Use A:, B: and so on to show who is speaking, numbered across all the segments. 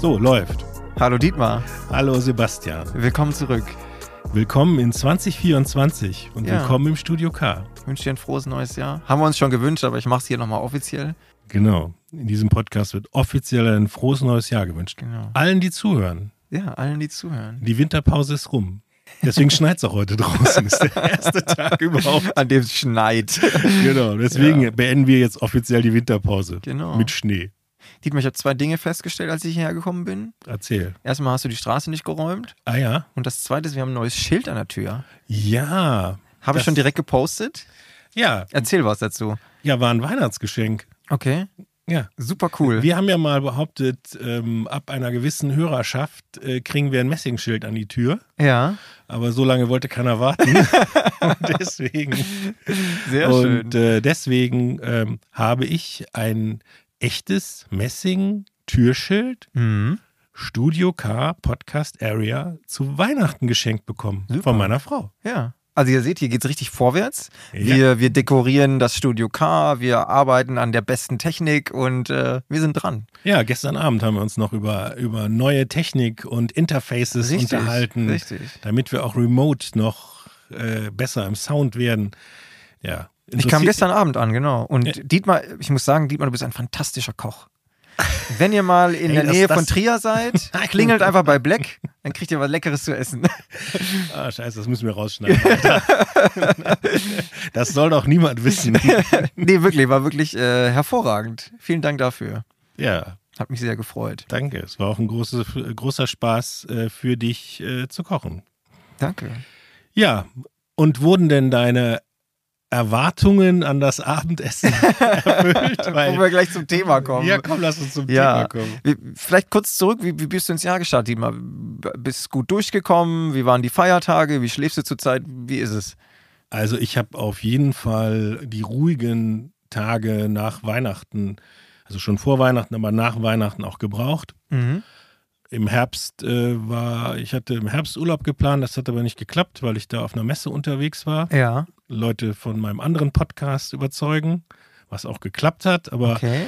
A: So, läuft.
B: Hallo Dietmar,
A: Hallo Sebastian.
B: willkommen zurück.
A: Willkommen in 2024 und
B: Ja.
A: willkommen im Studio K.
B: Ich wünsche dir ein frohes neues Jahr. Haben wir uns schon gewünscht, aber ich mache es hier nochmal offiziell.
A: Genau. In diesem Podcast wird offiziell ein frohes neues Jahr gewünscht.
B: Genau.
A: Allen, die zuhören.
B: Ja, allen, die zuhören.
A: Die Winterpause ist rum. Deswegen schneit's auch heute draußen. Ist der erste Tag überhaupt.
B: An dem es schneit.
A: Genau. Deswegen beenden wir jetzt offiziell die Winterpause.
B: Genau.
A: Mit Schnee.
B: Dietmar, ich habe zwei Dinge festgestellt, als ich hierher gekommen bin.
A: Erzähl.
B: Erstmal hast du die Straße nicht geräumt.
A: Ah ja.
B: Und das zweite ist, wir haben ein neues Schild an der Tür.
A: Ja.
B: Habe ich
A: Das-
B: schon direkt gepostet?
A: Ja.
B: Erzähl was dazu.
A: Ja, war ein Weihnachtsgeschenk.
B: Okay.
A: Ja.
B: Super cool.
A: Wir haben ja mal behauptet, ähm, ab einer gewissen Hörerschaft äh, kriegen wir ein Messingschild an die Tür.
B: Ja,
A: Aber so lange wollte keiner warten. und deswegen,
B: sehr schön.
A: und, äh, deswegen ähm, habe ich ein echtes Messing-Türschild
B: Mhm.
A: Studio K Podcast Area zu Weihnachten geschenkt bekommen
B: Super.
A: von meiner Frau.
B: Ja. Also ihr seht, hier geht's richtig vorwärts.
A: Ja.
B: Wir, wir dekorieren das Studio K, wir arbeiten an der besten Technik und äh, wir sind dran.
A: Ja, gestern Abend haben wir uns noch über, über neue Technik und Interfaces
B: Richtig,
A: unterhalten,
B: richtig.
A: damit wir auch remote noch äh, besser im Sound werden. Ja.
B: Ich kam
A: Interessiert-
B: gestern Abend an, genau. Und Dietmar, ich muss sagen, Dietmar, du bist ein fantastischer Koch. Wenn ihr mal in
A: Ey,
B: der
A: das-
B: Nähe von
A: das-
B: Trier seid,
A: Nein.
B: klingelt einfach bei Black, dann kriegt ihr was Leckeres zu essen.
A: Ah, scheiße, das müssen wir rausschneiden. Alter. das soll doch niemand wissen.
B: nee, wirklich, war wirklich äh, hervorragend. Vielen Dank dafür.
A: Ja,
B: Hat mich sehr gefreut.
A: danke. Es war auch ein großes, großer Spaß äh, für dich äh, zu kochen.
B: Danke.
A: Ja, und wurden denn deine Erwartungen an das Abendessen erfüllt?
B: Wo wir gleich zum Thema kommen.
A: ja, komm, lass uns zum
B: Ja.
A: Thema kommen.
B: Wie- Vielleicht kurz zurück, wie, wie bist du ins Jahr gestartet, Dietmar? B- Bist gut durchgekommen? Wie waren die Feiertage? Wie schläfst du zurzeit? Wie ist es?
A: Also ich habe auf jeden Fall die ruhigen Tage nach Weihnachten, also schon vor Weihnachten, aber nach Weihnachten auch gebraucht. Im Herbst äh, war, ich hatte im Herbst Urlaub geplant, das hat aber nicht geklappt, weil ich da auf einer Messe unterwegs war,
B: Ja,
A: Leute von meinem anderen Podcast überzeugen, was auch geklappt hat, aber
B: okay.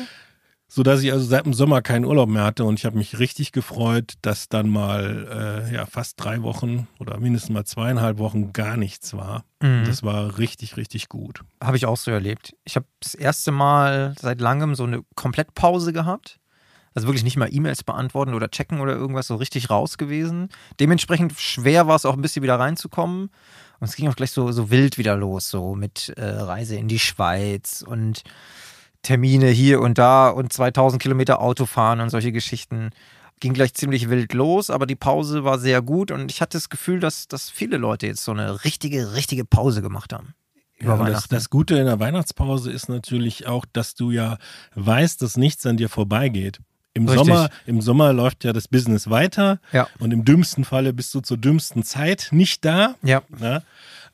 A: so dass ich also seit dem Sommer keinen Urlaub mehr hatte und ich habe mich richtig gefreut, dass dann mal äh, ja fast drei Wochen oder mindestens mal zweieinhalb Wochen gar nichts war.
B: Mhm.
A: Das war richtig richtig gut.
B: Habe ich auch so erlebt. Ich habe das erste Mal seit langem so eine Komplettpause gehabt. Also wirklich nicht mal E-Mails beantworten oder checken oder irgendwas, so richtig raus gewesen. Dementsprechend schwer war es auch ein bisschen wieder reinzukommen. Und es ging auch gleich so, so wild wieder los, so mit äh, Reise in die Schweiz und Termine hier und da und 2000 Kilometer Autofahren und solche Geschichten. Ging gleich ziemlich wild los, aber die Pause war sehr gut und ich hatte das Gefühl, dass, dass viele Leute jetzt so eine richtige, richtige Pause gemacht haben. Über
A: und das,
B: Weihnachten.
A: das Gute in der Weihnachtspause ist natürlich auch, dass du ja weißt, dass nichts an dir vorbeigeht. Im
B: Richtig.
A: Sommer, Im Sommer läuft ja das Business weiter
B: Ja.
A: und im dümmsten Falle bist du zur dümmsten Zeit nicht da.
B: Ja,
A: Ne?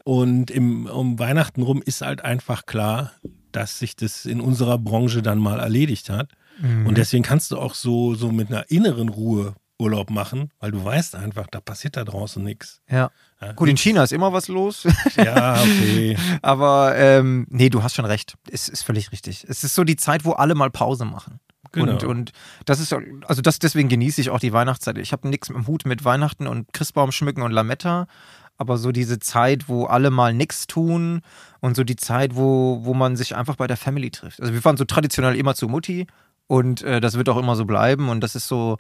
A: Und im, um Weihnachten rum ist halt einfach klar, dass sich das in unserer Branche dann mal erledigt hat.
B: Mhm.
A: Und deswegen kannst du auch so, so mit einer inneren Ruhe Urlaub machen, weil du weißt einfach, da passiert da draußen nichts.
B: ja.
A: Ja.
B: Gut, in China ist immer was los,
A: Ja, okay.
B: aber ähm, nee, du hast schon recht. Es ist völlig richtig. Es ist so die Zeit, wo alle mal Pause machen.
A: Genau.
B: Und, und das ist, also das, deswegen genieße ich auch die Weihnachtszeit. Ich habe nichts im Hut mit Weihnachten und Christbaum schmücken und Lametta, aber so diese Zeit, wo alle mal nichts tun und so die Zeit, wo, wo man sich einfach bei der Family trifft. Also wir fahren so traditionell immer zu Mutti und äh, das wird auch immer so bleiben und das ist so,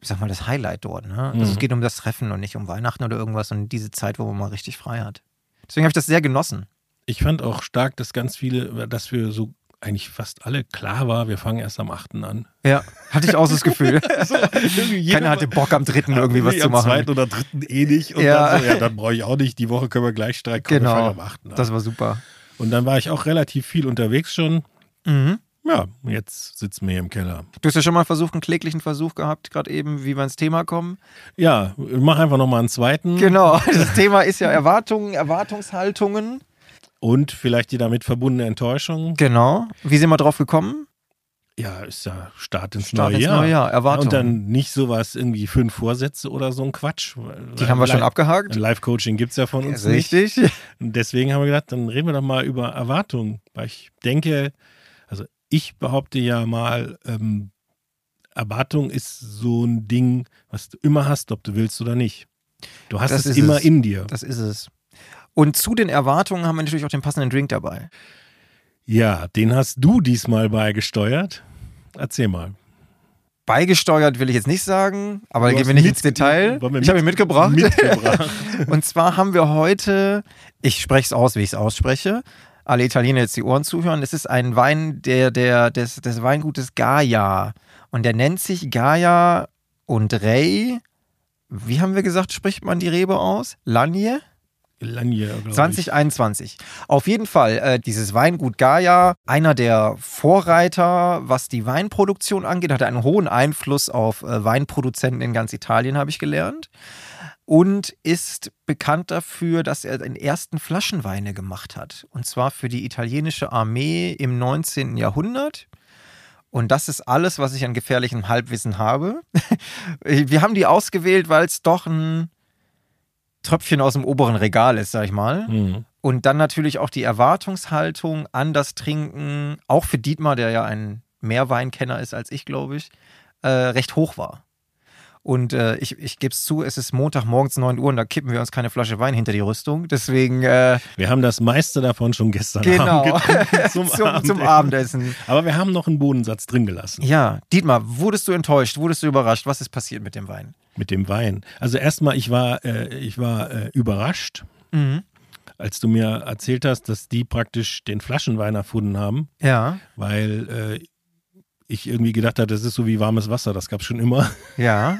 B: ich sag mal, das Highlight dort. Ne? Also es
A: Mhm.
B: geht um das Treffen und nicht um Weihnachten oder irgendwas und diese Zeit, wo man mal richtig frei hat. Deswegen habe ich das sehr genossen.
A: Ich fand auch stark, dass ganz viele, dass wir so eigentlich fast alle klar war, wir fangen erst am 8. an.
B: Ja, hatte ich auch so das Gefühl. Keiner hatte Bock am dritten irgendwie was
A: am
B: zu machen.
A: zweiten oder dritten eh nicht. Und
B: Ja.
A: dann so, ja, dann brauche ich auch nicht. Die Woche können wir gleich streiken. komm, wir
B: Genau.
A: fangen am 8. an.
B: Das war super.
A: Und dann war ich auch relativ viel unterwegs schon.
B: Mhm.
A: Ja, jetzt sitzen wir hier im Keller.
B: Du hast ja schon mal versucht, einen kläglichen Versuch gehabt, gerade eben, wie wir ins Thema kommen.
A: Ja, mach einfach nochmal einen zweiten
B: Genau, das Thema ist ja Erwartungen, Erwartungshaltungen.
A: und vielleicht die damit verbundene Enttäuschung.
B: Genau. Wie sind wir drauf gekommen?
A: Ja, ist ja Start ins
B: Start
A: neue
B: ins
A: Jahr.
B: neue Jahr, Erwartungen.
A: Und dann nicht sowas irgendwie fünf Vorsätze oder so ein Quatsch.
B: Die haben wir schon abgehakt.
A: Live-Coaching gibt es ja von uns nicht.
B: Richtig.
A: Und deswegen haben wir gedacht, dann reden wir doch mal über Erwartungen. Weil ich denke, also ich behaupte ja mal, ähm, Erwartung ist so ein Ding, was du immer hast, ob du willst oder nicht. Du hast
B: Das
A: es
B: ist
A: immer
B: es.
A: in dir.
B: Das ist es. Und zu den Erwartungen haben wir natürlich auch den passenden Drink dabei.
A: Ja, den hast du diesmal beigesteuert. Erzähl mal.
B: Beigesteuert will ich jetzt nicht sagen, aber da
A: Du
B: gehen
A: hast
B: wir nicht
A: mit-
B: ins Detail.
A: Wollen wir
B: Ich habe ihn
A: mit-
B: mitgebracht.
A: Mitgebracht.
B: Und zwar haben wir heute, ich spreche es aus, wie ich es ausspreche, alle Italiener jetzt die Ohren zuhören, es ist ein Wein der, der, des, des Weingutes Gaia. Und der nennt sich Gaia und Rey. Wie haben wir gesagt, spricht man die Rebe aus? Lanje?
A: Lanje, glaub ich.
B: 2021. Auf jeden Fall, äh, dieses Weingut Gaia, einer der Vorreiter, was die Weinproduktion angeht, hatte einen hohen Einfluss auf äh, Weinproduzenten in ganz Italien, habe ich gelernt. Und ist bekannt dafür, dass er den ersten Flaschenweine gemacht hat. Und zwar für die italienische Armee im 19. Jahrhundert. Und das ist alles, was ich an gefährlichem Halbwissen habe. Wir haben die ausgewählt, weil es doch ein Tröpfchen aus dem oberen Regal ist, sag ich mal.
A: Mhm.
B: Und dann natürlich auch die Erwartungshaltung an das Trinken, auch für Dietmar, der ja ein mehr Weinkenner ist als ich, glaube ich, äh, recht hoch war. Und äh, ich, ich gebe es zu, es ist Montagmorgens 9 Uhr und da kippen wir uns keine Flasche Wein hinter die Rüstung. Deswegen äh,
A: Wir haben das meiste davon schon gestern
B: genau
A: Abend getrunken
B: zum,
A: zum,
B: zum,
A: Abendessen.
B: Abendessen.
A: Aber wir haben noch einen Bodensatz drin gelassen
B: Ja, Dietmar, wurdest du enttäuscht? Wurdest du überrascht? Was ist passiert mit dem Wein?
A: mit dem Wein. Also erstmal, ich war, äh, ich war äh, überrascht, als du mir erzählt hast, dass die praktisch den Flaschenwein erfunden haben,
B: Ja,
A: weil äh, ich irgendwie gedacht hatte, das ist so wie warmes Wasser, das gab es schon immer.
B: ja.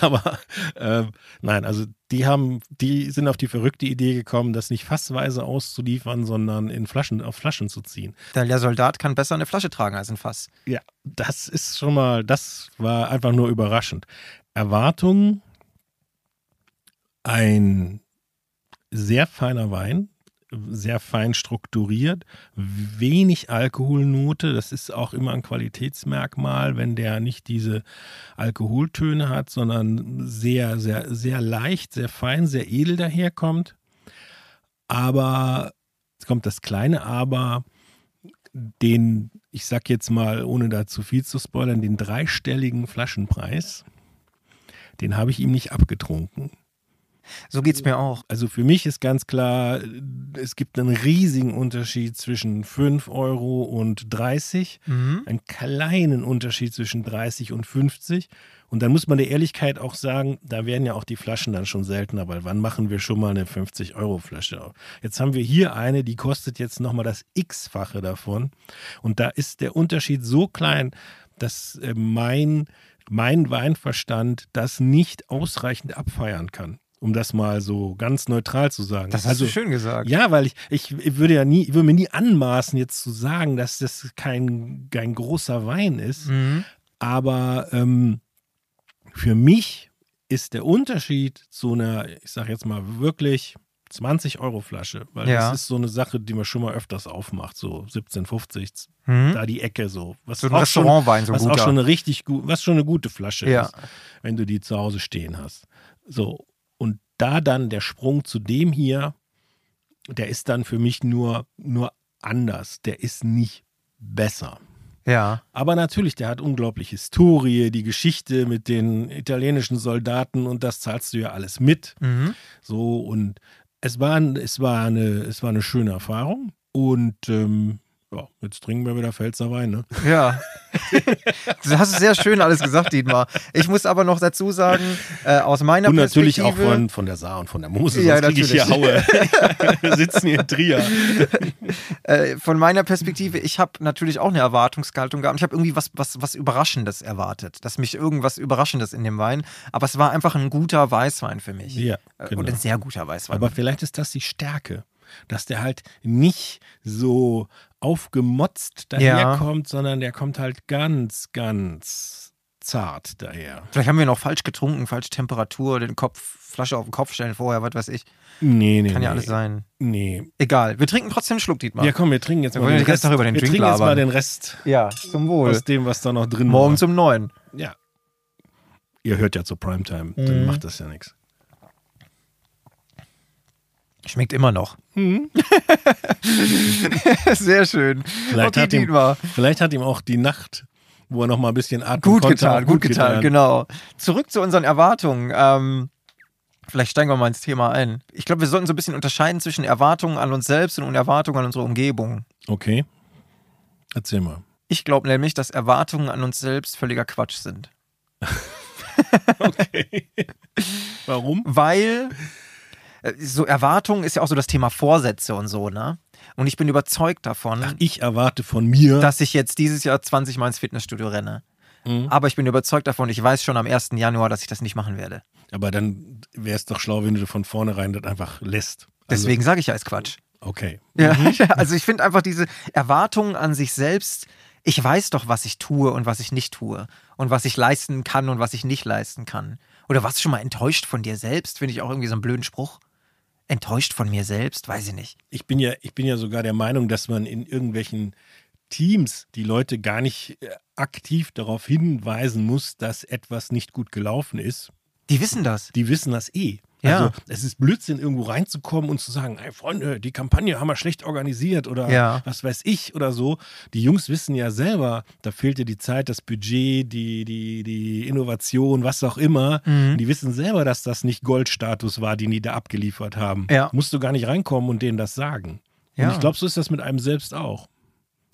A: Aber äh, nein, also die haben, die sind auf die verrückte Idee gekommen, das nicht fassweise auszuliefern, sondern in Flaschen, auf Flaschen zu ziehen.
B: Der Soldat kann besser eine Flasche tragen als ein Fass.
A: Ja, das ist schon mal, das war einfach nur überraschend. Erwartungen, ein sehr feiner Wein, sehr fein strukturiert, wenig Alkoholnote, das ist auch immer ein Qualitätsmerkmal, wenn der nicht diese Alkoholtöne hat, sondern sehr, sehr, sehr leicht, sehr fein, sehr edel daherkommt. Aber, jetzt kommt das kleine Aber, den, ich sag jetzt mal, ohne da zu viel zu spoilern, den dreistelligen Flaschenpreis, den habe ich ihm nicht abgetrunken.
B: So geht's mir auch.
A: Also für mich ist ganz klar, es gibt einen riesigen Unterschied zwischen 5 Euro und 30, einen kleinen Unterschied zwischen 30 und 50. Und dann muss man der Ehrlichkeit auch sagen, da werden ja auch die Flaschen dann schon seltener, weil wann machen wir schon mal eine 50-Euro-Flasche auf? Jetzt haben wir hier eine, die kostet jetzt nochmal das X-fache davon. Und da ist der Unterschied so klein, dass äh, mein, mein Weinverstand das nicht ausreichend abfeiern kann. Um das mal so ganz neutral zu sagen.
B: Das hast
A: also,
B: du schön gesagt.
A: ja, weil ich, ich würde ja nie, ich würde mir nie anmaßen, jetzt zu sagen, dass das kein, kein großer Wein ist.
B: Mhm.
A: Aber ähm, für mich ist der Unterschied zu einer, ich sag jetzt mal wirklich 20 Euro Flasche, weil
B: Ja.
A: das ist so eine Sache, die man schon mal öfters aufmacht, so 17,50,
B: Mhm.
A: da die Ecke so. Was
B: So ein
A: auch
B: Restaurantwein, so
A: schon, was
B: guter.
A: auch schon eine richtig gut, was schon eine gute Flasche
B: Ja.
A: ist, wenn du die zu Hause stehen hast. So und da dann der Sprung zu dem hier, der ist dann für mich nur nur anders, der ist nicht besser.
B: Ja,
A: Aber natürlich, der hat unglaublich Historie, die Geschichte mit den italienischen Soldaten und das zahlst du ja alles mit.
B: mhm.
A: So und es war, ein- es war, eine, es war eine schöne Erfahrung und ähm, ja, jetzt trinken wir wieder Pfälzer Wein. Ne?
B: ja. du hast es sehr schön alles gesagt, Dietmar. Ich muss aber noch dazu sagen, äh, aus meiner
A: Und natürlich
B: Perspektive.
A: auch von, von der Saar und von der Mosel,
B: Ja,
A: ja, sonst krieg ich hier Haue.
B: natürlich.
A: wir sitzen hier in Trier.
B: äh, von meiner Perspektive, ich habe natürlich auch eine Erwartungshaltung gehabt. Ich habe irgendwie was, was, was Überraschendes erwartet, dass mich irgendwas Überraschendes in dem Wein. Aber es war einfach ein guter Weißwein für mich.
A: Ja,
B: Äh,
A: genau.
B: Und ein sehr guter Weißwein.
A: Aber vielleicht ist das die Stärke, dass der halt nicht so aufgemotzt daherkommt, sondern der kommt halt ganz, ganz zart daher.
B: Vielleicht haben wir noch falsch getrunken, falsche Temperatur, den Kopf, Flasche auf den Kopf stellen vorher, was weiß ich.
A: Nee, nee.
B: Kann
A: nee.
B: ja alles sein.
A: Nee.
B: Egal. Wir trinken trotzdem einen Schluck, Dietmar.
A: Ja, komm, wir trinken jetzt
B: Wir
A: mal
B: wollen
A: den
B: den ganzen
A: Rest.
B: Tag über den
A: wir
B: Drink
A: trinken jetzt mal
B: labern.
A: den Rest
B: Ja, zum Wohl.
A: aus dem, was da noch drin
B: Morgens um neun.
A: war. Ja. Ihr hört ja zur Primetime, dann
B: Mhm.
A: macht das ja nichts.
B: Schmeckt immer noch. Sehr schön.
A: Vielleicht,
B: okay,
A: hat ihm,
B: Dietmar.
A: vielleicht hat ihm auch die Nacht wo er noch mal ein bisschen atmen
B: Gut
A: konnte.
B: getan,
A: auch
B: gut getan, genau. Zurück zu unseren Erwartungen. Ähm, vielleicht steigen wir mal ins Thema ein. Ich glaube, wir sollten so ein bisschen unterscheiden zwischen Erwartungen an uns selbst und Erwartungen an unsere Umgebung.
A: Okay, erzähl mal.
B: Ich glaube nämlich, dass Erwartungen an uns selbst völliger Quatsch sind.
A: Okay. Warum?
B: Weil äh, so Erwartungen ist ja auch so das Thema Vorsätze und so, ne? Und ich bin überzeugt davon,
A: Ich erwarte von mir,
B: dass ich jetzt dieses Jahr 20 Mal ins Fitnessstudio renne. Aber ich bin überzeugt davon, ich weiß schon am 1. Januar, dass ich das nicht machen werde.
A: aber dann wäre es doch schlau, wenn du von vornherein das einfach lässt. Also,
B: Deswegen sage ich ja, ist Quatsch.
A: Okay.
B: Ja, also ich finde einfach diese Erwartungen an sich selbst, ich weiß doch, was ich tue und was ich nicht tue und was ich leisten kann und was ich nicht leisten kann. Oder warst du schon mal enttäuscht von dir selbst, finde ich auch irgendwie so einen blöden Spruch. Enttäuscht von mir selbst, weiß ich nicht.
A: Ich bin ja, ich bin ja sogar der Meinung, dass man in irgendwelchen Teams die Leute gar nicht äh, aktiv darauf hinweisen muss, dass etwas nicht gut gelaufen ist.
B: Die wissen das.
A: Die wissen das eh.
B: Ja.
A: Also es ist Blödsinn, irgendwo reinzukommen und zu sagen, ey Freunde, die Kampagne haben wir schlecht organisiert oder
B: Ja.
A: was weiß ich oder so. Die Jungs wissen ja selber, da fehlte die Zeit, das Budget, die, die, die Innovation, was auch immer.
B: Mhm.
A: Und Die wissen selber, dass das nicht Goldstatus war, den die da abgeliefert haben.
B: Ja.
A: Musst du gar nicht reinkommen und denen das sagen.
B: Ja.
A: Und ich glaube, so ist das mit einem selbst auch.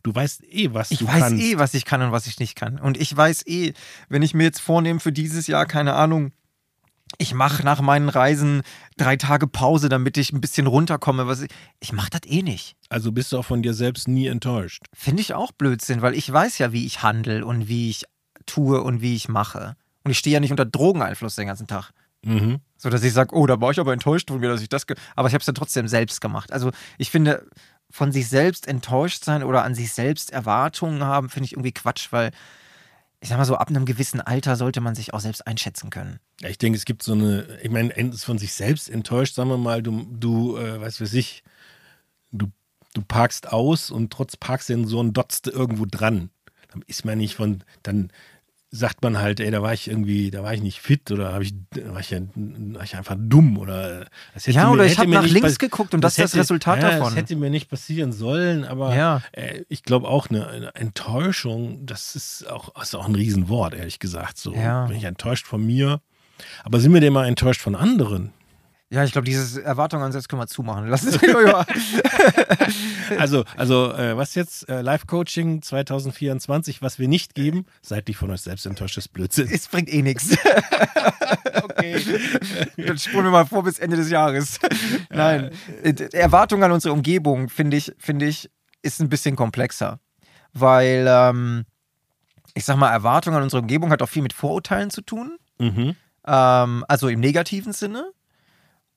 A: Du weißt eh, was
B: Ich
A: du
B: weiß
A: kannst.
B: eh, was ich kann und was ich nicht kann. Und ich weiß eh, wenn ich mir jetzt vornehme für dieses Jahr, keine Ahnung, ich mache nach meinen Reisen drei Tage Pause, damit ich ein bisschen runterkomme. Was ich ich mache das eh nicht.
A: Also bist du auch von dir selbst nie enttäuscht.
B: Finde ich auch Blödsinn, weil ich weiß ja, wie ich handle und wie ich tue und wie ich mache. Und ich stehe ja nicht unter Drogeneinfluss den ganzen Tag.
A: Mhm.
B: So dass ich sage, oh, da war ich aber enttäuscht von mir, dass ich das. ge- Aber ich habe es dann trotzdem selbst gemacht. Also ich finde, von sich selbst enttäuscht sein oder an sich selbst Erwartungen haben, finde ich irgendwie Quatsch, weil ich sag mal so, ab einem gewissen Alter sollte man sich auch selbst einschätzen können.
A: Ja, ich denke, es gibt so eine, ich meine, en- ist von sich selbst enttäuscht, sagen wir mal, du, du äh, was weiß ich, du, du parkst aus und trotz Parksensoren dotzt du irgendwo dran. Dann ist man nicht von, dann sagt man halt, ey, da war ich irgendwie, da war ich nicht fit oder habe ich, da war ich, ja, war ich einfach dumm oder das hätte
B: Ja, oder ich
A: hätte
B: hab nach
A: nicht
B: links
A: pas-
B: geguckt und das ist das Resultat
A: ja,
B: davon.
A: Das hätte mir nicht passieren sollen, aber
B: Ja.
A: äh, ich glaube auch eine, eine Enttäuschung, das ist auch, ist auch ein Riesenwort, ehrlich gesagt. So
B: Ja.
A: bin ich enttäuscht von mir. Aber sind wir denn mal enttäuscht von anderen?
B: Ja, ich glaube, dieses Erwartungen an selbst können wir zumachen. Lass es über.
A: Also, also äh, was jetzt? Äh, Live-Coaching 2024, was wir nicht geben, seid nicht von euch selbst enttäuscht, das ist Blödsinn.
B: Es bringt eh nichts. Dann spulen wir mal vor bis Ende des Jahres. Nein, Äh, Erwartungen an unsere Umgebung, finde ich, finde ich, ist ein bisschen komplexer. Weil, ähm, ich sag mal, Erwartungen an unsere Umgebung hat auch viel mit Vorurteilen zu tun.
A: Mhm.
B: Ähm, also im negativen Sinne.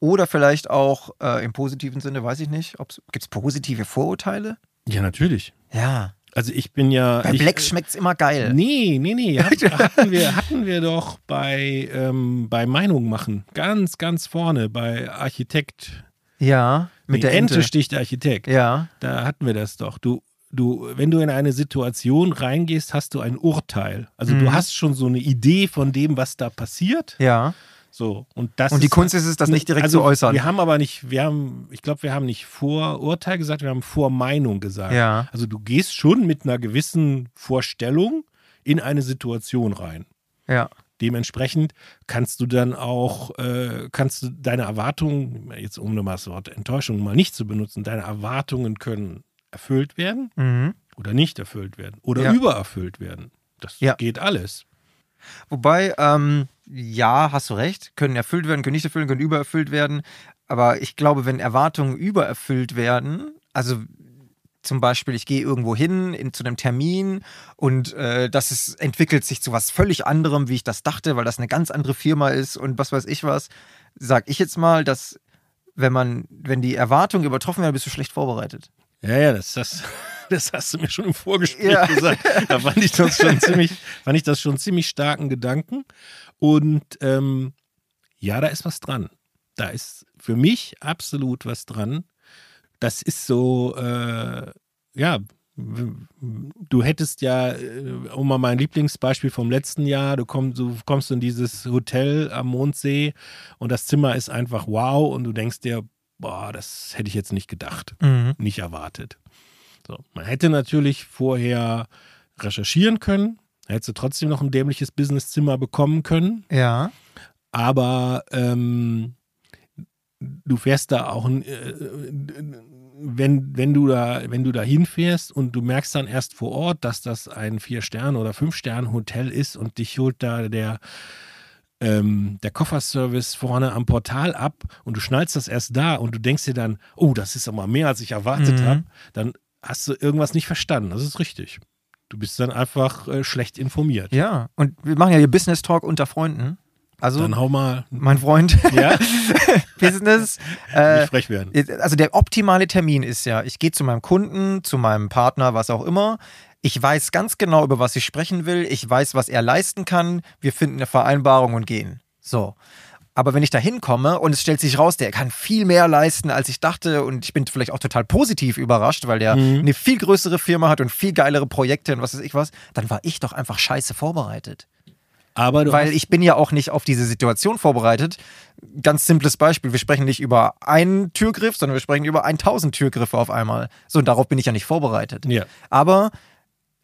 B: Oder vielleicht auch äh, im positiven Sinne, weiß ich nicht. Gibt es positive Vorurteile?
A: Ja, natürlich.
B: Ja.
A: Also ich bin ja.
B: Bei
A: ich, äh,
B: Black schmeckt es immer geil.
A: Nee, nee, nee. Hat, hatten, wir, hatten wir doch bei, ähm, bei Meinung machen. Ganz, ganz vorne bei Architekt.
B: Ja, mit
A: Nee,
B: der Ente.
A: sticht der Architekt.
B: Ja.
A: Da hatten wir das doch. Du, du, wenn du in eine Situation reingehst, hast du ein Urteil. Also
B: Mhm.
A: du hast schon so eine Idee von dem, was da passiert.
B: Ja.
A: So und das.
B: Und die Kunst ist es, das nicht direkt
A: also,
B: zu äußern.
A: Wir haben aber nicht, wir haben, ich glaube, wir haben nicht Vorurteil gesagt, wir haben Vormeinung gesagt.
B: Ja.
A: Also du gehst schon mit einer gewissen Vorstellung in eine Situation rein.
B: Ja.
A: Dementsprechend kannst du dann auch, äh, kannst du deine Erwartungen, jetzt um nochmal das Wort Enttäuschung mal nicht zu benutzen, deine Erwartungen können erfüllt werden
B: Mhm.
A: oder nicht erfüllt werden oder
B: Ja.
A: übererfüllt werden. Das
B: Ja.
A: geht alles.
B: Wobei, ähm, ja, hast du recht, können erfüllt werden, können nicht erfüllt werden, können übererfüllt werden. Aber ich glaube, wenn Erwartungen übererfüllt werden, also zum Beispiel, ich gehe irgendwo hin in, zu einem Termin und äh, das ist, entwickelt sich zu was völlig anderem, wie ich das dachte, weil das eine ganz andere Firma ist und was weiß ich was, sag ich jetzt mal, dass wenn man, wenn die Erwartungen übertroffen werden, bist du schlecht vorbereitet.
A: Ja, ja, das, das, das hast du mir schon im Vorgespräch
B: Ja.
A: gesagt. Da fand ich das schon ziemlich, fand ich das schon ziemlich starken Gedanken. Und ähm, ja, da ist was dran. Da ist für mich absolut was dran. Das ist so, äh, ja, w- du hättest ja, äh, um mal mein Lieblingsbeispiel vom letzten Jahr, du, komm, du kommst in dieses Hotel am Mondsee und das Zimmer ist einfach wow und du denkst dir, boah, das hätte ich jetzt nicht gedacht
B: Mhm.
A: nicht erwartet. So, man hätte natürlich vorher recherchieren können, Hättest du trotzdem noch ein dämliches Businesszimmer bekommen können,
B: Ja.
A: aber ähm, du fährst da auch, n- äh, wenn, wenn du da, wenn du da hinfährst und du merkst dann erst vor Ort, dass das ein Vier-Sterne- oder Fünf-Sterne-Hotel ist und dich holt da der, ähm, der Kofferservice vorne am Portal ab und du schnallst das erst da und du denkst dir dann, oh, das ist aber mehr, als ich erwartet
B: Mhm.
A: habe, dann hast du irgendwas nicht verstanden. Das ist richtig. Du bist dann einfach äh, schlecht informiert.
B: Ja. Und wir machen ja hier Business Talk unter Freunden. Also,
A: Dann hau mal.
B: mein Freund,
A: Ja,
B: Business. Äh,
A: nicht frech werden.
B: also der optimale Termin ist ja, ich gehe zu meinem Kunden, zu meinem Partner, was auch immer. Ich weiß ganz genau, über was ich sprechen will. Ich weiß, was er leisten kann. Wir finden eine Vereinbarung und gehen. So. Aber wenn ich da hinkomme und es stellt sich raus, der kann viel mehr leisten, als ich dachte und ich bin vielleicht auch total positiv überrascht, weil der
A: Mhm.
B: eine viel größere Firma hat und viel geilere Projekte und was weiß ich was, dann war ich doch einfach scheiße vorbereitet.
A: Aber du
B: Weil
A: hast,
B: ich bin ja auch nicht auf diese Situation vorbereitet. Ganz simples Beispiel. Wir sprechen nicht über einen Türgriff, sondern wir sprechen über 1000 Türgriffe auf einmal. So, und darauf bin ich ja nicht vorbereitet.
A: ja.
B: Aber,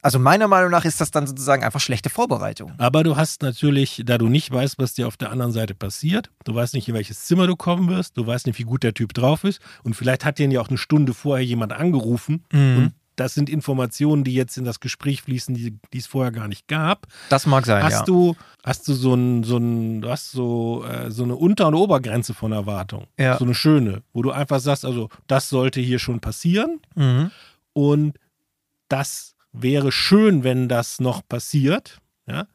B: also meiner Meinung nach ist das dann sozusagen einfach schlechte Vorbereitung.
A: Aber du hast natürlich, da du nicht weißt, was dir auf der anderen Seite passiert, du weißt nicht, in welches Zimmer du kommen wirst, du weißt nicht, wie gut der Typ drauf ist und vielleicht hat den ja auch eine Stunde vorher jemand angerufen
B: Mhm.
A: und das sind Informationen, die jetzt in das Gespräch fließen, die, die es vorher gar nicht gab.
B: Das mag sein,
A: Hast
B: ja.
A: du, hast du so ein, so ein, du hast so, äh, so eine Unter- und Obergrenze von Erwartung.
B: Ja.
A: So eine schöne, wo du einfach sagst, also das sollte hier schon passieren.
B: mhm.
A: Und das wäre schön, wenn das noch passiert. Ja?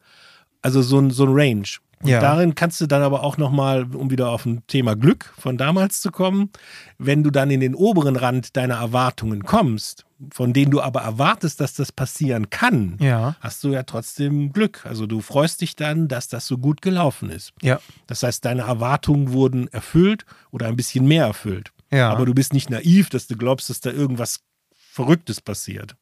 A: Also so ein, so ein Range. Und
B: Ja.
A: darin kannst du dann aber auch nochmal, um wieder auf ein Thema Glück von damals zu kommen, wenn du dann in den oberen Rand deiner Erwartungen kommst, von denen du aber erwartest, dass das passieren kann,
B: Ja.
A: hast du ja trotzdem Glück. Also du freust dich dann, dass das so gut gelaufen ist.
B: Ja.
A: Das heißt, deine Erwartungen wurden erfüllt oder ein bisschen mehr erfüllt.
B: Ja.
A: Aber du bist nicht naiv, dass du glaubst, dass da irgendwas Verrücktes passiert.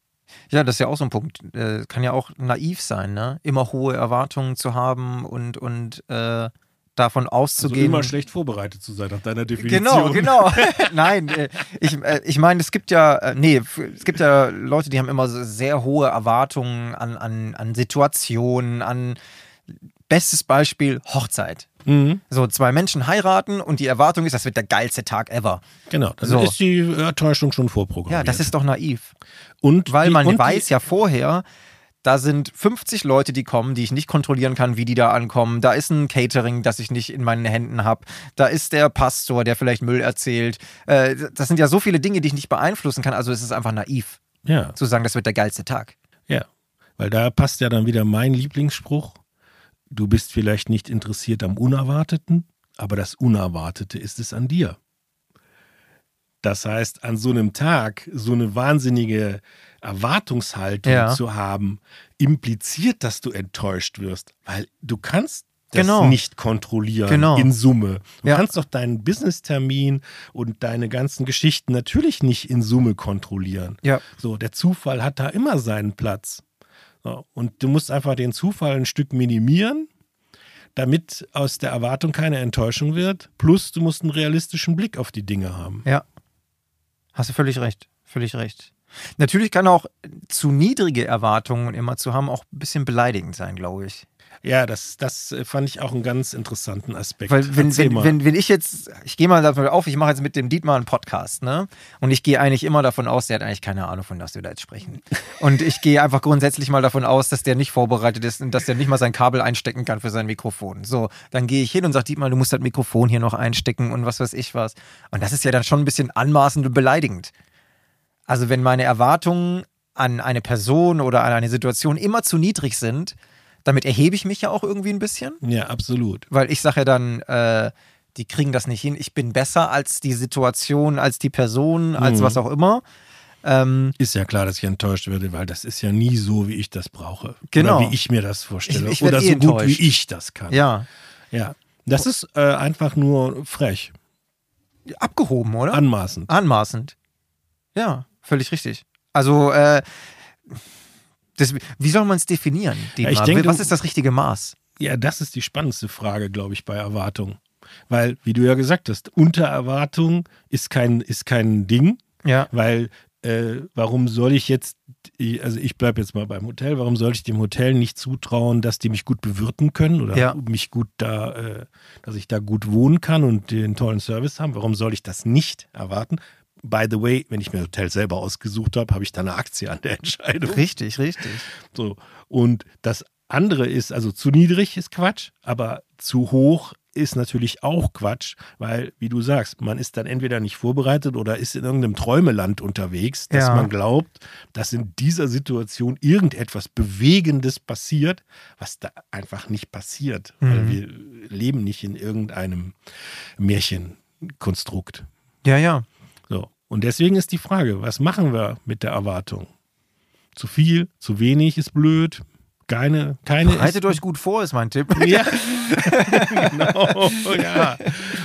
B: Ja, das ist ja auch so ein Punkt. Äh, kann ja auch naiv sein, ne? Immer hohe Erwartungen zu haben und, und äh, davon
A: Also
B: auszugehen.
A: immer schlecht vorbereitet zu sein, nach deiner Definition.
B: Genau, genau. Nein, äh, ich, äh, ich meine, es gibt ja, äh, nee, f- es gibt ja Leute, die haben immer so sehr hohe Erwartungen an, an, an Situationen, an bestes Beispiel Hochzeit.
A: Mhm,
B: So, zwei Menschen heiraten und die Erwartung ist, das wird der geilste Tag ever.
A: genau. Dann
B: So.
A: ist die äh, Täuschung schon
B: Ja,
A: vorprogrammiert.
B: das ist doch naiv.
A: und
B: Weil
A: die,
B: man
A: und die-
B: weiß ja vorher, da sind 50 Leute, die kommen, die ich nicht kontrollieren kann, wie die da ankommen. Da ist ein Catering, das ich nicht in meinen Händen habe. Da ist der Pastor, der vielleicht Müll erzählt. Äh, das sind ja so viele Dinge, die ich nicht beeinflussen kann. Also es ist einfach naiv
A: Ja,
B: zu sagen, das wird der geilste Tag.
A: ja. Weil da passt ja dann wieder mein Lieblingsspruch. Du bist vielleicht nicht interessiert am Unerwarteten, aber das Unerwartete ist es an dir. Das heißt, an so einem Tag so eine wahnsinnige Erwartungshaltung
B: Ja.
A: zu haben, impliziert, dass du enttäuscht wirst, weil du kannst das
B: Genau.
A: nicht kontrollieren
B: Genau.
A: in Summe. Du
B: Ja.
A: kannst doch deinen Business-Termin und deine ganzen Geschichten natürlich nicht in Summe kontrollieren.
B: Ja.
A: So, der Zufall hat da immer seinen Platz. So, und du musst einfach den Zufall ein Stück minimieren, damit aus der Erwartung keine Enttäuschung wird. Plus, du musst einen realistischen Blick auf die Dinge haben.
B: Ja. Hast du völlig recht. Völlig recht. Natürlich kann auch zu niedrige Erwartungen immer zu haben auch ein bisschen beleidigend sein, glaube ich.
A: Ja, das, das äh, fand ich auch einen ganz interessanten Aspekt.
B: Weil wenn,
A: Erzähl
B: wenn,
A: mal.
B: wenn, wenn ich jetzt, ich gehe mal davon auf, ich mache jetzt mit dem Dietmar einen Podcast, ne? Und ich gehe eigentlich immer davon aus, der hat eigentlich keine Ahnung, von was wir da jetzt sprechen. Und ich gehe einfach grundsätzlich mal davon aus, dass der nicht vorbereitet ist und dass der nicht mal sein Kabel einstecken kann für sein Mikrofon. So, dann gehe ich hin und sage, Dietmar, du musst das Mikrofon hier noch einstecken und was weiß ich was. Und das ist ja dann schon ein bisschen anmaßend und beleidigend. Also wenn meine Erwartungen an eine Person oder an eine Situation immer zu niedrig sind, damit erhebe ich mich ja auch irgendwie ein bisschen
A: ja, absolut.
B: weil ich sage ja dann, äh, die kriegen das nicht hin. Ich bin besser als die Situation, als die Person, als
A: Mhm.
B: was auch immer. Ähm,
A: Ist ja klar, dass ich enttäuscht werde, weil das ist ja nie so, wie ich das brauche.
B: Genau.
A: Oder wie ich mir das vorstelle.
B: Ich- ich werd
A: Oder
B: eh
A: so gut,
B: enttäuscht.
A: wie ich das kann.
B: ja,
A: Ja. Das ist äh, einfach nur frech,
B: abgehoben, oder?
A: anmaßend.
B: Anmaßend. Ja, völlig richtig. Also, äh, das, wie soll man es definieren?
A: Ja, ich
B: Dietmar?
A: denke,
B: was
A: du-
B: ist das richtige Maß?
A: Ja, das ist die spannendste Frage, glaube ich, bei Erwartung. Weil, wie du ja gesagt hast, Untererwartung ist kein, ist kein Ding,
B: Ja,
A: weil äh, warum soll ich jetzt ich, also ich bleibe jetzt mal beim Hotel, warum sollte ich dem Hotel nicht zutrauen, dass die mich gut bewirten können oder
B: Ja.
A: mich gut da, äh, dass ich da gut wohnen kann und den tollen Service haben? Warum soll ich das nicht erwarten? By the way, wenn ich mir Hotel selber ausgesucht habe, habe ich da eine Aktie an der Entscheidung.
B: Richtig, richtig.
A: So. Und das andere ist, also zu niedrig ist Quatsch, aber zu hoch ist natürlich auch Quatsch, weil, wie du sagst, man ist dann entweder nicht vorbereitet oder ist in irgendeinem Träumeland unterwegs, dass
B: Ja.
A: man glaubt, dass in dieser Situation irgendetwas Bewegendes passiert, was da einfach nicht passiert, weil
B: Mhm.
A: wir leben nicht in irgendeinem Märchenkonstrukt.
B: Ja, ja.
A: So. Und deswegen ist die Frage, was machen wir mit der Erwartung? Zu viel, zu wenig ist blöd, keine, keine. ist,
B: Bereitet euch gut vor, ist mein Tipp.
A: Ja. genau, ja.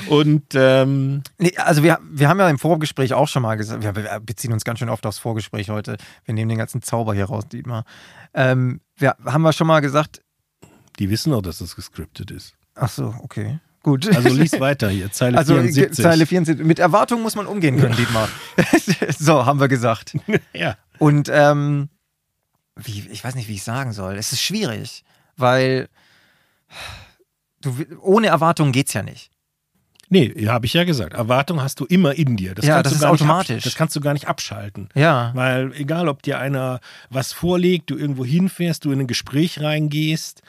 A: Und ähm,
B: Nee, also wir, wir haben ja im Vorgespräch auch schon mal gesagt, wir, wir beziehen uns ganz schön oft aufs Vorgespräch heute. Wir nehmen den ganzen Zauber hier raus, Dietmar. Ähm, wir haben wir schon mal gesagt,
A: die wissen auch, dass das gescriptet ist.
B: ach so, okay, gut.
A: Also lies weiter hier, Zeile
B: Also, ge-
A: 74.
B: Zeile 74. Mit Erwartungen muss man umgehen können, Dietmar. so, haben wir gesagt.
A: ja.
B: Und ähm, wie, ich weiß nicht, wie ich sagen soll. Es ist schwierig, weil du, wi- ohne Erwartungen geht's ja nicht.
A: Nee, habe ich ja gesagt. Erwartung hast du immer in dir.
B: Ja,
A: kannst
B: das
A: du
B: ist
A: gar nicht absch-
B: automatisch.
A: Das kannst du gar nicht abschalten.
B: Ja.
A: Weil egal, ob dir einer was vorlegt, du irgendwo hinfährst, du in ein Gespräch reingehst,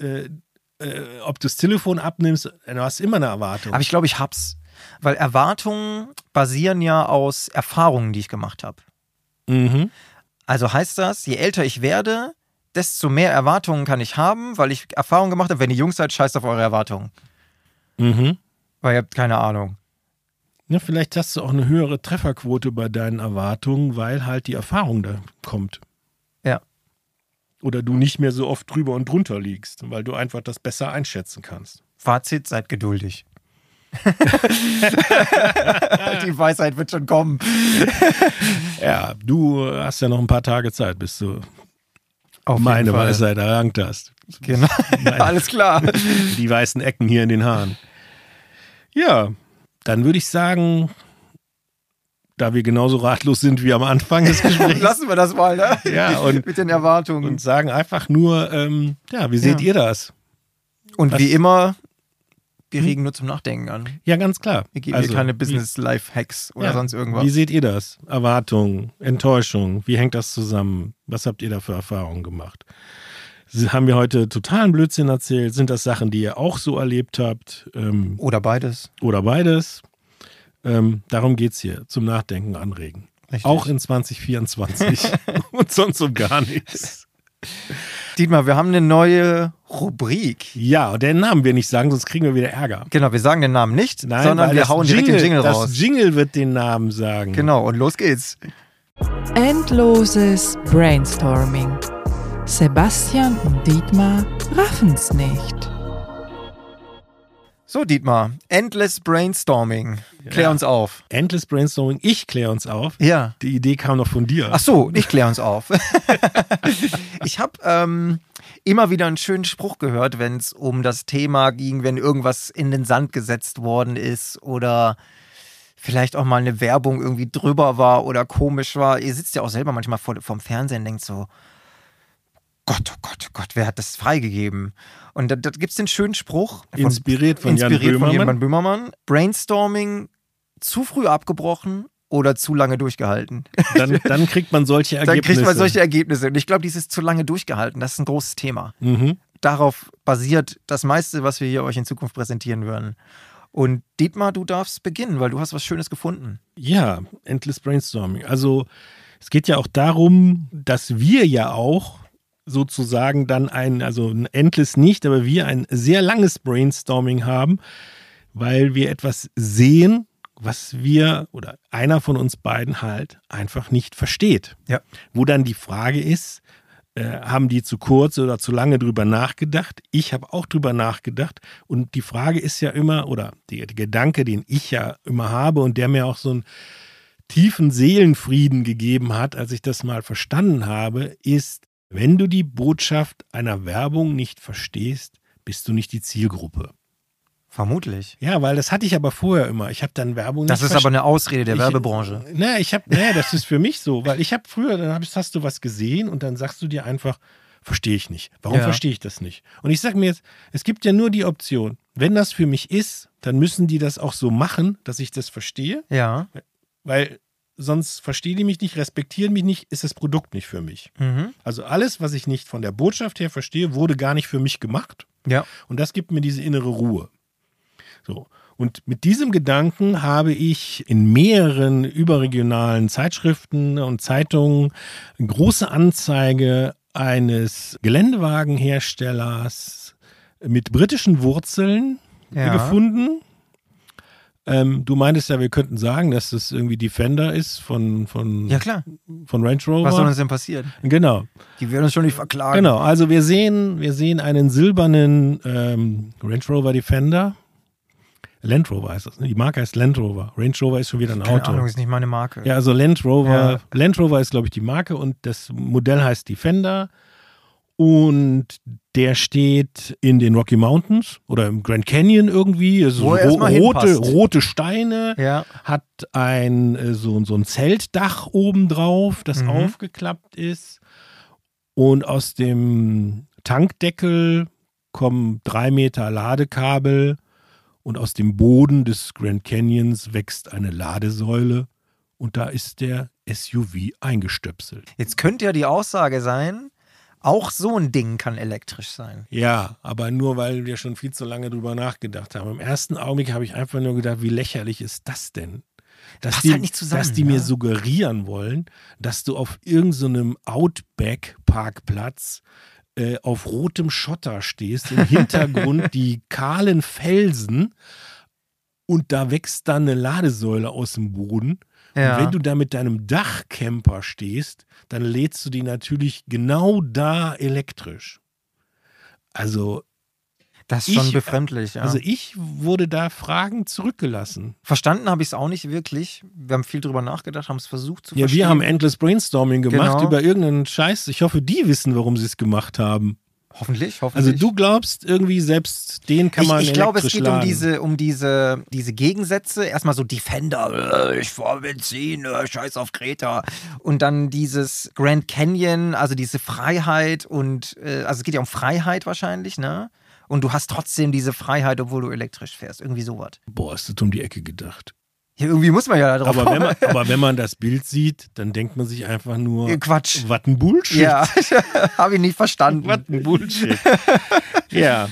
A: äh, äh, ob du das Telefon abnimmst, du hast immer eine Erwartung.
B: Aber ich glaube, ich hab's. Weil Erwartungen basieren ja aus Erfahrungen, die ich gemacht habe.
A: mhm.
B: Also heißt das, je älter ich werde, desto mehr Erwartungen kann ich haben, weil ich Erfahrungen gemacht habe. Wenn ihr Jungs seid, scheißt auf eure Erwartungen.
A: Mhm.
B: Weil ihr habt keine Ahnung.
A: Ja, vielleicht hast du auch eine höhere Trefferquote bei deinen Erwartungen, weil halt die Erfahrung da kommt.
B: Ja.
A: Oder du nicht mehr so oft drüber und drunter liegst, weil du einfach das besser einschätzen kannst.
B: Fazit, seid geduldig. Die Weisheit wird schon kommen.
A: Ja, du hast ja noch ein paar Tage Zeit, bis du
B: Auf jeden
A: meine
B: Fall.
A: Weisheit erlangt hast.
B: Genau. Alles klar.
A: die weißen Ecken hier in den Haaren. Ja, dann würde ich sagen, da wir genauso ratlos sind wie am Anfang des Gesprächs
B: Lassen wir das mal, ne?
A: Ja, und-
B: Mit den Erwartungen.
A: und sagen einfach nur, ähm, ja, wie seht
B: Ja.
A: ihr das?
B: Und
A: Was-
B: wie immer, wir regen nur zum Nachdenken an.
A: Ja, ganz klar.
B: Wir geben hier keine Business-Life-Hacks oder
A: Also, ja,
B: sonst irgendwas.
A: Wie seht ihr das? Erwartungen, Enttäuschung, wie hängt das zusammen? Was habt ihr da für Erfahrungen gemacht? Sie- Haben wir heute totalen Blödsinn erzählt? Sind das Sachen, die ihr auch so erlebt habt? Ähm,
B: Oder beides.
A: oder beides. Ähm, darum geht es hier, zum Nachdenken anregen.
B: Richtig.
A: Auch in 2024 und sonst um gar nichts.
B: Dietmar, wir haben eine neue Rubrik.
A: Ja, und den Namen wir nicht sagen, sonst kriegen wir wieder Ärger.
B: Genau, wir sagen den Namen nicht,
A: Nein,
B: sondern
A: weil
B: wir
A: das
B: hauen direkt den Jingle
A: das
B: raus.
A: Jingle wird den Namen sagen.
B: genau, und los geht's.
C: Endloses Brainstorming. Sebastian und Dietmar raffen's nicht.
B: So, Dietmar, Endless Brainstorming. Klär
A: Ja.
B: uns auf.
A: Endless Brainstorming, ich kläre uns auf.
B: Ja.
A: Die Idee kam noch von dir.
B: Ach so, ich klär uns auf. ich habe ähm, immer wieder einen schönen Spruch gehört, wenn es um das Thema ging, wenn irgendwas in den Sand gesetzt worden ist oder vielleicht auch mal eine Werbung irgendwie drüber war oder komisch war. Ihr sitzt ja auch selber manchmal vor, vorm Fernsehen und denkt so, Gott, oh Gott, oh Gott, wer hat das freigegeben? Und da, da gibt es den schönen Spruch
A: Inspiriert von Jan
B: inspiriert von
A: Böhmermann.
B: Jan Böhmermann. Brainstorming zu früh abgebrochen oder zu lange durchgehalten.
A: Dann, dann kriegt man solche
B: Dann
A: Ergebnisse.
B: kriegt man solche Ergebnisse. Und ich glaube, dieses zu lange durchgehalten, das ist ein großes Thema.
A: mhm.
B: Darauf basiert das meiste, was wir hier euch in Zukunft präsentieren werden. Und Dietmar, du darfst beginnen, weil du hast was Schönes gefunden.
A: Ja, Endless Brainstorming. Also es geht ja auch darum, dass wir ja auch sozusagen dann ein, also ein Endless nicht, aber wir ein sehr langes Brainstorming haben, weil wir etwas sehen, was wir oder einer von uns beiden halt einfach nicht versteht.
B: Ja.
A: Wo dann die Frage ist, äh, haben die zu kurz oder zu lange drüber nachgedacht? Ich habe auch drüber nachgedacht. Und die Frage ist ja immer, oder der Gedanke, den ich ja immer habe und der mir auch so einen tiefen Seelenfrieden gegeben hat, als ich das mal verstanden habe, ist, wenn du die Botschaft einer Werbung nicht verstehst, bist du nicht die Zielgruppe.
B: Vermutlich.
A: Ja, weil das hatte ich aber vorher immer. Ich habe dann Werbung
B: Das
A: nicht
B: ist aber eine Ausrede der
A: Ich-
B: Werbebranche.
A: Na, ich habe, naja, das ist für mich so, weil ich habe früher, dann hab ich, hast du was gesehen und dann sagst du dir einfach, verstehe ich nicht. Warum
B: Ja.
A: verstehe ich das nicht? Und ich sage mir jetzt, es gibt ja nur die Option, wenn das für mich ist, dann müssen die das auch so machen, dass ich das verstehe,
B: Ja.
A: weil sonst verstehen die mich nicht, respektieren mich nicht, ist das Produkt nicht für mich.
B: Mhm.
A: Also alles, was ich nicht von der Botschaft her verstehe, wurde gar nicht für mich gemacht.
B: Ja.
A: Und das gibt mir diese innere Ruhe. So. Und mit diesem Gedanken habe ich in mehreren überregionalen Zeitschriften und Zeitungen eine große Anzeige eines Geländewagenherstellers mit britischen Wurzeln
B: Ja.
A: gefunden. Ähm, du meintest ja, wir könnten sagen, dass das irgendwie Defender ist von, von,
B: Ja, klar.
A: von Range Rover.
B: Was soll uns denn passieren?
A: genau.
B: Die werden uns schon nicht verklagen.
A: Genau, also wir sehen, wir sehen einen silbernen ähm, Range Rover Defender. Land Rover heißt das. Ne? Die Marke heißt Land Rover. Range Rover ist schon wieder ein
B: Keine
A: Auto.
B: Ahnung, ist nicht meine Marke.
A: Ja, also Land Rover.
B: Ja.
A: Land Rover ist, glaube ich, die Marke und das Modell heißt Defender. Und der steht in den Rocky Mountains oder im Grand Canyon irgendwie. Es
B: Wo er
A: ro-
B: erstmal
A: rote,
B: hinpasst.
A: rote Steine
B: Ja.
A: hat ein äh, so, so ein Zeltdach oben drauf, das
B: Mhm.
A: aufgeklappt ist. Und aus dem Tankdeckel kommen drei Meter Ladekabel und aus dem Boden des Grand Canyons wächst eine Ladesäule und da ist der SUV eingestöpselt.
B: Jetzt könnte ja die Aussage sein, auch so ein Ding kann elektrisch sein.
A: Ja, aber nur weil wir schon viel zu lange drüber nachgedacht haben. Im ersten Augenblick habe ich einfach nur gedacht, wie lächerlich ist das denn? Dass
B: Passt
A: die,
B: halt nicht zusammen,
A: dass die
B: ja.
A: mir suggerieren wollen, dass du auf irgendeinem Outback-Parkplatz äh, auf rotem Schotter stehst, im Hintergrund die kahlen Felsen und da wächst dann eine Ladesäule aus dem Boden.
B: Ja.
A: Und wenn du da mit deinem Dachcamper stehst, dann lädst du die natürlich genau da elektrisch. Also,
B: Das ist schon
A: Ich-
B: befremdlich. Ja.
A: also ich wurde da Fragen zurückgelassen.
B: Verstanden habe ich es auch nicht wirklich. Wir haben viel drüber nachgedacht, haben es versucht zu
A: Ja,
B: verstehen.
A: wir haben Endless Brainstorming gemacht
B: Genau.
A: über irgendeinen Scheiß. Ich hoffe, die wissen, warum sie es gemacht haben. Also
B: Hoffentlich, hoffentlich.
A: du glaubst irgendwie selbst, den kann man
B: ich, ich glaube, es
A: elektrisch
B: geht um
A: laden.
B: diese, um diese, diese Gegensätze. Erstmal so Defender, äh, ich fahr Benzin, äh, scheiß auf Kreta. Und dann dieses Grand Canyon, also diese Freiheit und, äh, also es geht ja um Freiheit wahrscheinlich, ne? Und du hast trotzdem diese Freiheit, obwohl du elektrisch fährst. Irgendwie sowas.
A: Boah, ist das um die Ecke gedacht.
B: Ja, irgendwie muss man ja da drauf
A: Aber wenn,
B: kommen.
A: man, aber wenn man das Bild sieht, dann denkt man sich einfach nur,
B: Quatsch.
A: was ein Bullshit.
B: Ja, habe ich nicht verstanden.
A: Was ein Bullshit. ja.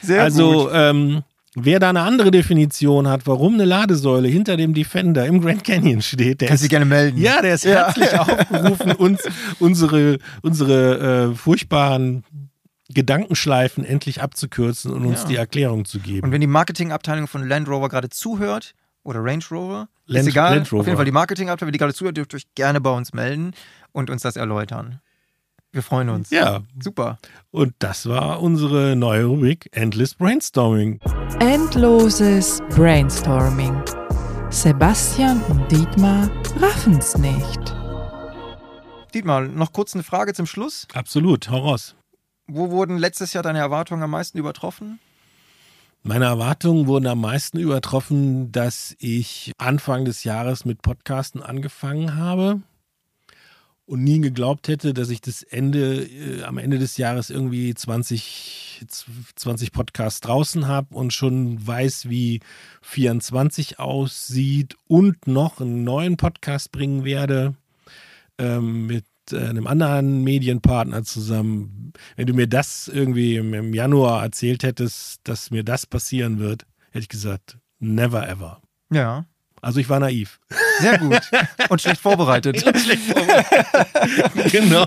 B: Sehr
A: also, ähm, wer da eine andere Definition hat, warum eine Ladesäule hinter dem Defender im Grand Canyon steht, der
B: Kannst du
A: ist,
B: gerne melden.
A: ja, der ist herzlich aufgerufen, uns unsere, unsere äh, furchtbaren Gedankenschleifen endlich abzukürzen und uns
B: Ja.
A: die Erklärung zu geben.
B: Und wenn die Marketingabteilung von Land Rover gerade zuhört oder Range Rover,
A: Land-
B: ist egal.
A: Land Rover.
B: Auf jeden Fall die Marketingabteilung, wenn die gerade zuhört, dürft ihr euch gerne bei uns melden und uns das erläutern. Wir freuen uns.
A: ja,
B: Super.
A: und das war unsere neue Rubrik Endless Brainstorming.
C: Endloses Brainstorming. Sebastian und Dietmar raffen's nicht.
B: Dietmar, noch kurz eine Frage zum Schluss.
A: Absolut, hau raus.
B: Wo wurden letztes Jahr deine Erwartungen am meisten übertroffen?
A: Meine Erwartungen wurden am meisten übertroffen, dass ich Anfang des Jahres mit Podcasten angefangen habe und nie geglaubt hätte, dass ich das Ende äh, am Ende des Jahres irgendwie 20 20 Podcasts draußen habe und schon weiß, wie 24 aussieht und noch einen neuen Podcast bringen werde ähm, mit äh, einem anderen Medienpartner zusammen. Wenn du mir das irgendwie im, im Januar erzählt hättest, dass mir das passieren wird, hätte ich gesagt, never ever.
B: Ja.
A: Also ich war naiv.
B: Sehr gut. Und schlecht vorbereitet.
A: genau.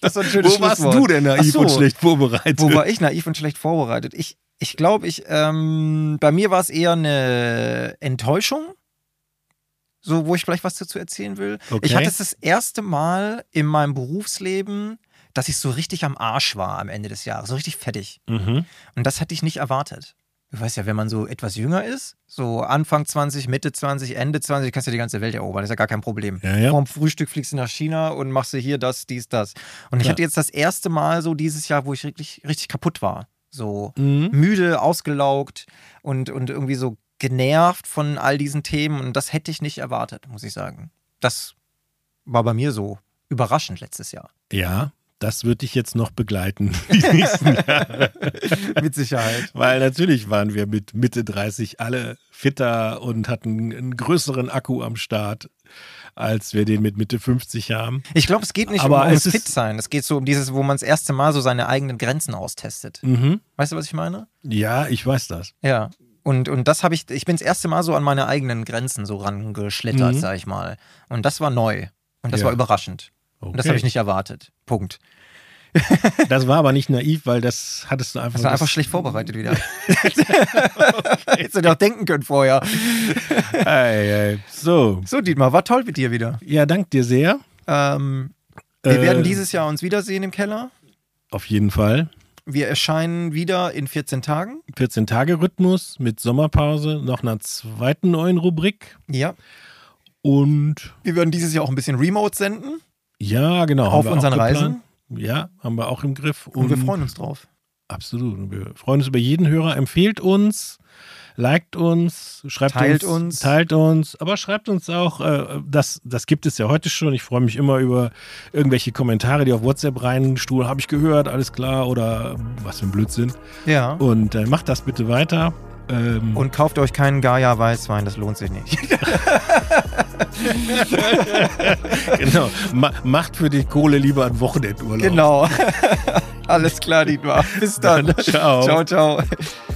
B: Das ist ein schönes
A: Wo warst
B: Schlusswort.
A: du denn naiv
B: Ach so.
A: und schlecht vorbereitet?
B: Wo war ich naiv und schlecht vorbereitet? Ich ich, glaube, ich, ähm, bei mir war es eher eine Enttäuschung, so wo ich vielleicht was dazu erzählen will.
A: Okay.
B: Ich hatte es das erste Mal in meinem Berufsleben, dass ich so richtig am Arsch war am Ende des Jahres, so richtig fertig.
A: mhm.
B: Und das hatte ich nicht erwartet. Du weißt ja, wenn man so etwas jünger ist, so Anfang 20, Mitte 20, Ende 20, kannst du die ganze Welt erobern, das ist ja gar kein Problem.
A: Ja, ja.
B: Vorm Frühstück fliegst du nach China und machst du hier das, dies, das. Und ich
A: Ja.
B: hatte jetzt das erste Mal so dieses Jahr, wo ich wirklich richtig kaputt war. So
A: Mhm.
B: müde, ausgelaugt und, und irgendwie so genervt von all diesen Themen. Und das hätte ich nicht erwartet, muss ich sagen. Das war bei mir so überraschend letztes Jahr.
A: Ja, das wird dich jetzt noch begleiten, die nächsten Jahre.
B: Mit Sicherheit.
A: Weil natürlich waren wir mit Mitte 30 alle fitter und hatten einen größeren Akku am Start, als wir den mit Mitte 50 haben.
B: Ich glaube, es geht nicht
A: Aber
B: um
A: es
B: ums
A: ist-
B: Fit sein. Es geht so um dieses, wo man das erste Mal so seine eigenen Grenzen austestet.
A: Mhm.
B: Weißt du, was ich meine?
A: Ja, ich weiß das.
B: Ja. Und, und das habe ich, ich bin das erste Mal so an meine eigenen Grenzen so rangeschlittert,
A: Mhm.
B: sag ich mal. Und das war neu. Und das
A: Ja.
B: war überraschend.
A: Okay.
B: Und das habe ich nicht erwartet. Punkt.
A: Das war aber nicht naiv, weil das hattest du einfach.
B: Das war einfach schlecht vorbereitet wieder. Hättest du dir auch denken können vorher.
A: Ei, ei. So.
B: So, Dietmar, war toll mit dir wieder.
A: Ja, dank dir sehr.
B: Ähm, wir
A: Äh,
B: werden dieses Jahr uns wiedersehen im Keller.
A: Auf jeden Fall.
B: Wir erscheinen wieder in 14 Tagen.
A: 14-Tage-Rhythmus mit Sommerpause, noch einer zweiten neuen Rubrik.
B: Ja.
A: Und
B: Wir werden dieses Jahr auch ein bisschen remote senden.
A: ja, genau. haben
B: Auf
A: wir auch
B: unseren
A: geplant.
B: Reisen?
A: Ja, haben wir auch im Griff.
B: Und wir freuen uns drauf.
A: Absolut. Und Wir freuen uns über jeden Hörer. Empfehlt uns, liked uns, schreibt
B: Teilt
A: uns,
B: uns.
A: teilt uns, aber schreibt uns auch, äh, das, das gibt es ja heute schon. Ich freue mich immer über irgendwelche Kommentare, die auf WhatsApp reinstuhlen. Habe ich gehört, alles klar oder was für ein Blödsinn.
B: Ja.
A: Und äh, macht das bitte weiter. Ähm,
B: Und kauft euch keinen Gaia Weißwein, das lohnt sich nicht.
A: genau, ma macht für die Kohle lieber einen Wochenendurlaub.
B: Alles klar, Dietmar. Bis dann.
A: Ciao.
B: ciao. ciao.